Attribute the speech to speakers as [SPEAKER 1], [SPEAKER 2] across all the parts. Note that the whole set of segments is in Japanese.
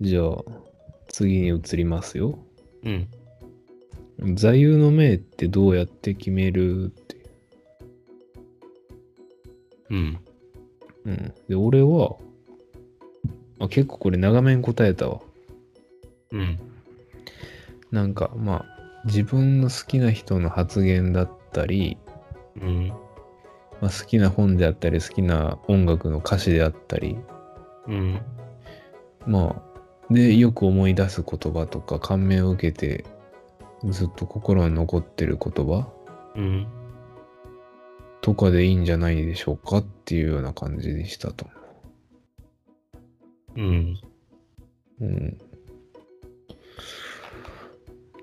[SPEAKER 1] じゃあ、次に移りますよ。
[SPEAKER 2] うん。
[SPEAKER 1] 座右の銘ってどうやって決めるって。
[SPEAKER 2] うん。
[SPEAKER 1] うん。で、俺は、あ、結構これ長めに答えたわ。
[SPEAKER 2] うん。
[SPEAKER 1] なんか、まあ、自分の好きな人の発言だったり、
[SPEAKER 2] うん。
[SPEAKER 1] まあ、好きな本であったり、好きな音楽の歌詞であったり、
[SPEAKER 2] うん。
[SPEAKER 1] まあ、で、よく思い出す言葉とか、感銘を受けて、ずっと心に残ってる言葉
[SPEAKER 2] うん。
[SPEAKER 1] とかでいいんじゃないでしょうかっていうような感じでしたと。
[SPEAKER 2] うん。
[SPEAKER 1] うん。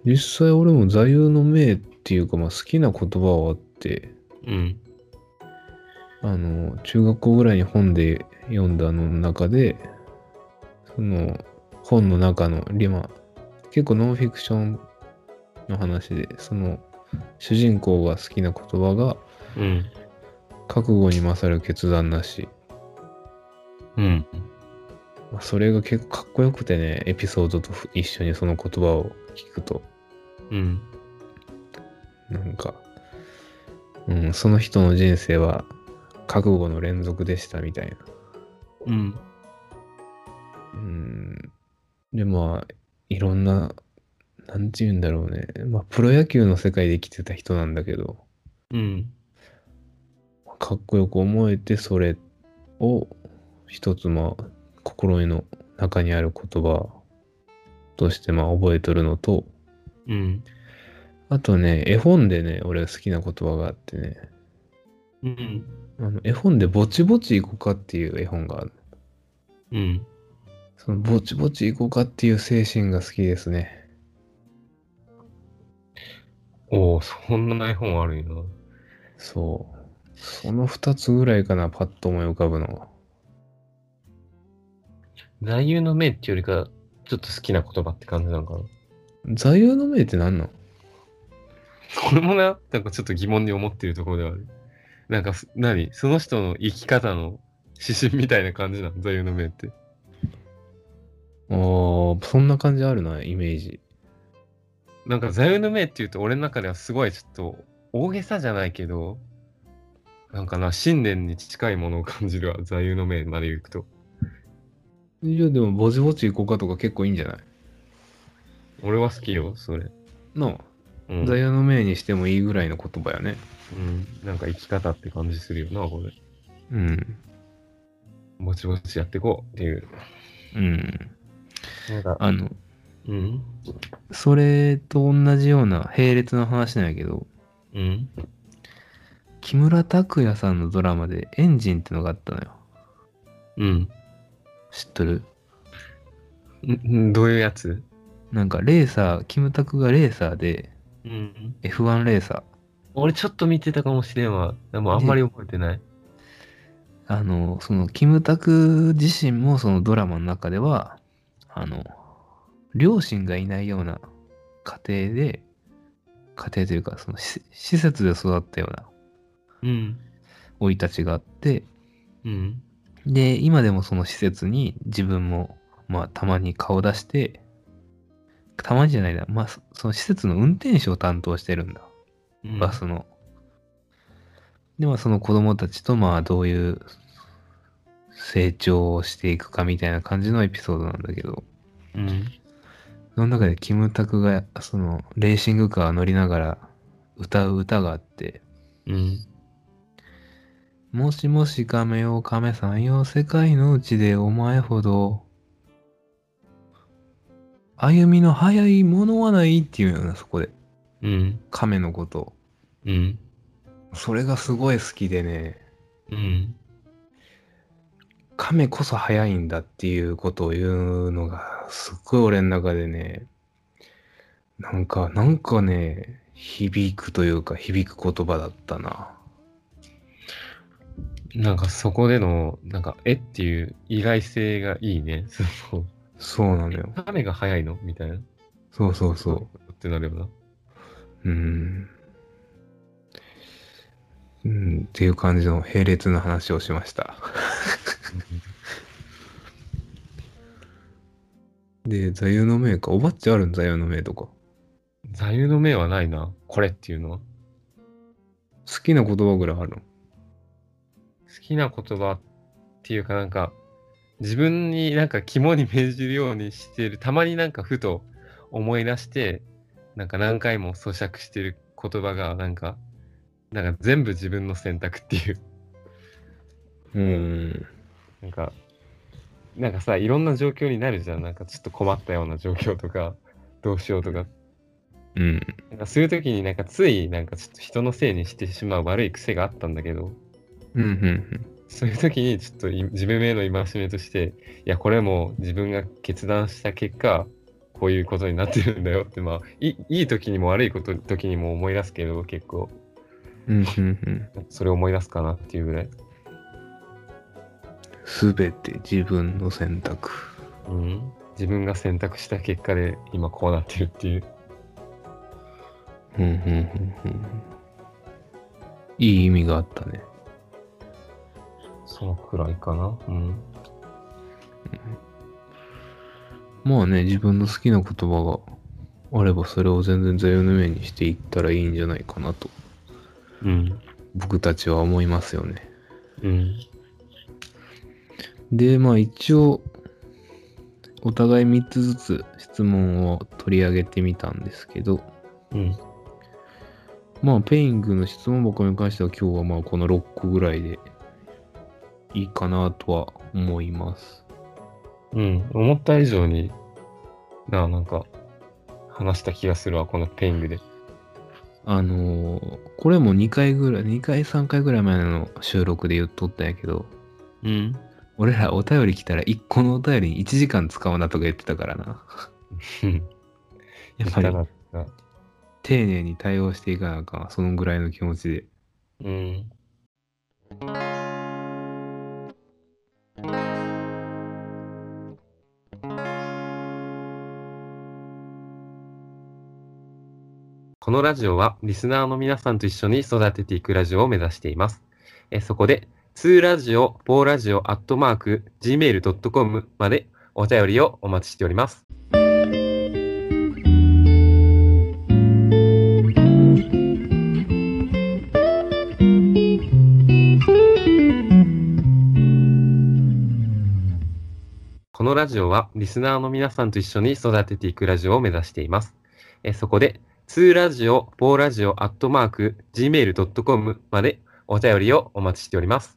[SPEAKER 1] 実際俺も座右の銘っていうか、まあ、好きな言葉はあって、
[SPEAKER 2] うん。
[SPEAKER 1] あの、中学校ぐらいに本で読んだの中で、その、本の中の、リマ、結構ノンフィクションの話で、その、主人公が好きな言葉が、
[SPEAKER 2] うん。
[SPEAKER 1] 覚悟に勝る決断なし。
[SPEAKER 2] うん。
[SPEAKER 1] まあそれが結構かっこよくてね、エピソードと一緒にその言葉を聞くと、
[SPEAKER 2] うん。
[SPEAKER 1] なんか、うん、その人の人生は覚悟の連続でしたみたいな。
[SPEAKER 2] うん。
[SPEAKER 1] うん。で、まあ、いろんな、なんて言うんだろうね。まあ、プロ野球の世界で生きてた人なんだけど、
[SPEAKER 2] うん。
[SPEAKER 1] かっこよく思えて、それを、一つ、まあ、心の中にある言葉として、まあ、覚えとるのと、
[SPEAKER 2] うん。
[SPEAKER 1] あとね、絵本でね、俺が好きな言葉があってね、
[SPEAKER 2] うん。
[SPEAKER 1] あの絵本でぼちぼち行こうかっていう絵本がある。
[SPEAKER 2] うん。
[SPEAKER 1] そのぼちぼち行こうかっていう精神が好きですね。
[SPEAKER 2] おお、そんな iPhone あるんや
[SPEAKER 1] そう。その二つぐらいかな、パッと思い浮かぶのは。
[SPEAKER 2] な。座右の銘っていうよりか、ちょっと好きな言葉って感じなのかな。
[SPEAKER 1] 座右の銘って何なの
[SPEAKER 2] これもな、なんかちょっと疑問に思ってるところではある。なんかす、何その人の生き方の指針みたいな感じなの座右の銘って。
[SPEAKER 1] ああ、そんな感じあるな、イメージ。
[SPEAKER 2] なんか座右の銘っていうと俺の中ではすごいちょっと大げさじゃないけどなんかな信念に近いものを感じるわ座右の銘まで行くと
[SPEAKER 1] いや、でも、ぼちぼち行こうかとか結構いいんじゃない
[SPEAKER 2] 俺は好きよそれ、
[SPEAKER 1] の、
[SPEAKER 2] うん
[SPEAKER 1] 座右の銘にしてもいいぐらいの言葉やね。
[SPEAKER 2] うん、なんか生き方って感じするよなこれ
[SPEAKER 1] うん。
[SPEAKER 2] ぼちぼちやっていこうっていう
[SPEAKER 1] うん。
[SPEAKER 2] なんか
[SPEAKER 1] あの、
[SPEAKER 2] うん
[SPEAKER 1] それと同じような並列の話なんやけど、
[SPEAKER 2] うん
[SPEAKER 1] 木村拓哉さんのドラマでエンジンってのがあったのよ。
[SPEAKER 2] うん
[SPEAKER 1] 知っとる
[SPEAKER 2] うんどういうやつ
[SPEAKER 1] なんかレーサー、キムタクがレーサーで、
[SPEAKER 2] うん、
[SPEAKER 1] F1 レーサー。
[SPEAKER 2] 俺ちょっと見てたかもしれんわでもあんまり覚えてない、
[SPEAKER 1] あの、その、キムタク自身もそのドラマの中では、あの、両親がいないような家庭で、家庭というか、その施施設で育ったような
[SPEAKER 2] うん
[SPEAKER 1] 生い立ちがあって、
[SPEAKER 2] うん
[SPEAKER 1] で、今でもその施設に自分も、まあ、たまに顔出して、たまにじゃないな、まあ、そその施設の運転手を担当してるんだ。
[SPEAKER 2] うん
[SPEAKER 1] バスの。で、まあその子供たちとまあどういう成長をしていくかみたいな感じのエピソードなんだけど、
[SPEAKER 2] うん
[SPEAKER 1] その中でキムタクがそのレーシングカー乗りながら歌う歌があって、
[SPEAKER 2] うん
[SPEAKER 1] もしもし亀よ亀さんよ世界のうちでお前ほど歩みの速いものはないっていうようなそこで
[SPEAKER 2] うん
[SPEAKER 1] 亀のことを
[SPEAKER 2] うん
[SPEAKER 1] それがすごい好きでね
[SPEAKER 2] うん
[SPEAKER 1] 亀こそ早いんだっていうことを言うのがすっごい俺の中でねなんかなんかね響くというか響く言葉だったな
[SPEAKER 2] なんかそこでの、なんか、えっていう意外性がいいね。そう。
[SPEAKER 1] そうなのよ
[SPEAKER 2] 雨が早いのみたいな。
[SPEAKER 1] そうそうそ
[SPEAKER 2] ってなるよな。
[SPEAKER 1] ううんうんっていう感じの並列の話をしましたで、座右の銘か。おばっちあるん座右の銘とか。
[SPEAKER 2] 座右の銘はないな。これっていうのは。
[SPEAKER 1] 好きな言葉ぐらいあるの。
[SPEAKER 2] 好きな言葉っていうかなんか自分になんか肝に銘じるようにしているたまになんかふと思い出してなんか何回も咀嚼してる言葉がなんかなんか全部自分の選択っていう
[SPEAKER 1] うん。
[SPEAKER 2] なんかなんかさいろんな状況になるじゃんなんかちょっと困ったような状況とか どうしようとか
[SPEAKER 1] うん。
[SPEAKER 2] なんかそういう時になんかついなんかちょっと人のせいにしてしまう悪い癖があったんだけど
[SPEAKER 1] うん、うん、
[SPEAKER 2] そういう時にちょっとい自分への戒めとしていやこれも自分が決断した結果こういうことになってるんだよってまあいいいい時にも悪いこと時にも思い出すけど結構
[SPEAKER 1] うん。うん、うん、うん。
[SPEAKER 2] それを思い出すかなっていうぐらい、
[SPEAKER 1] すべて自分の選択。
[SPEAKER 2] うん、自分が選択した結果で今こうなってるっていう
[SPEAKER 1] うん、うん、うん、うん。いい意味があったね。
[SPEAKER 2] そのくらいかなうん
[SPEAKER 1] まあね、自分の好きな言葉があれば、それを全然座右の銘にしていったらいいんじゃないかなと、
[SPEAKER 2] うん
[SPEAKER 1] 僕たちは思いますよね。
[SPEAKER 2] うん
[SPEAKER 1] で、まあ一応、お互い3つずつ質問を取り上げてみたんですけど、
[SPEAKER 2] うん
[SPEAKER 1] まあペイングの質問箱に関しては今日はまあこの6個ぐらいでいいかなとは思います。
[SPEAKER 2] うん思った以上になあなんか話した気がするわこのペイングで
[SPEAKER 1] あのーこれも2回ぐらい、2回3回ぐらい前の収録で言っとったんやけど、
[SPEAKER 2] うん
[SPEAKER 1] 俺らお便り来たら1個のお便りに1時間使うなとか言ってたからな。
[SPEAKER 2] や
[SPEAKER 1] や
[SPEAKER 2] っ
[SPEAKER 1] っ
[SPEAKER 2] ぱ
[SPEAKER 1] ぱり
[SPEAKER 2] り
[SPEAKER 1] 丁寧に対応していかなあかん、そのぐらいの気持ちで。
[SPEAKER 2] うんこのラジオはリスナーの皆さんと一緒に育てていくラジオを目指しています。えそこで、2ラジオ、4ラジオ、アットマーク、gmail.com までお便りをお待ちしております。このラジオはリスナーの皆さんと一緒に育てていくラジオを目指しています。えそこで、2ラジオ、4ラジオ、アットマーク、gmail.com までお便りをお待ちしております。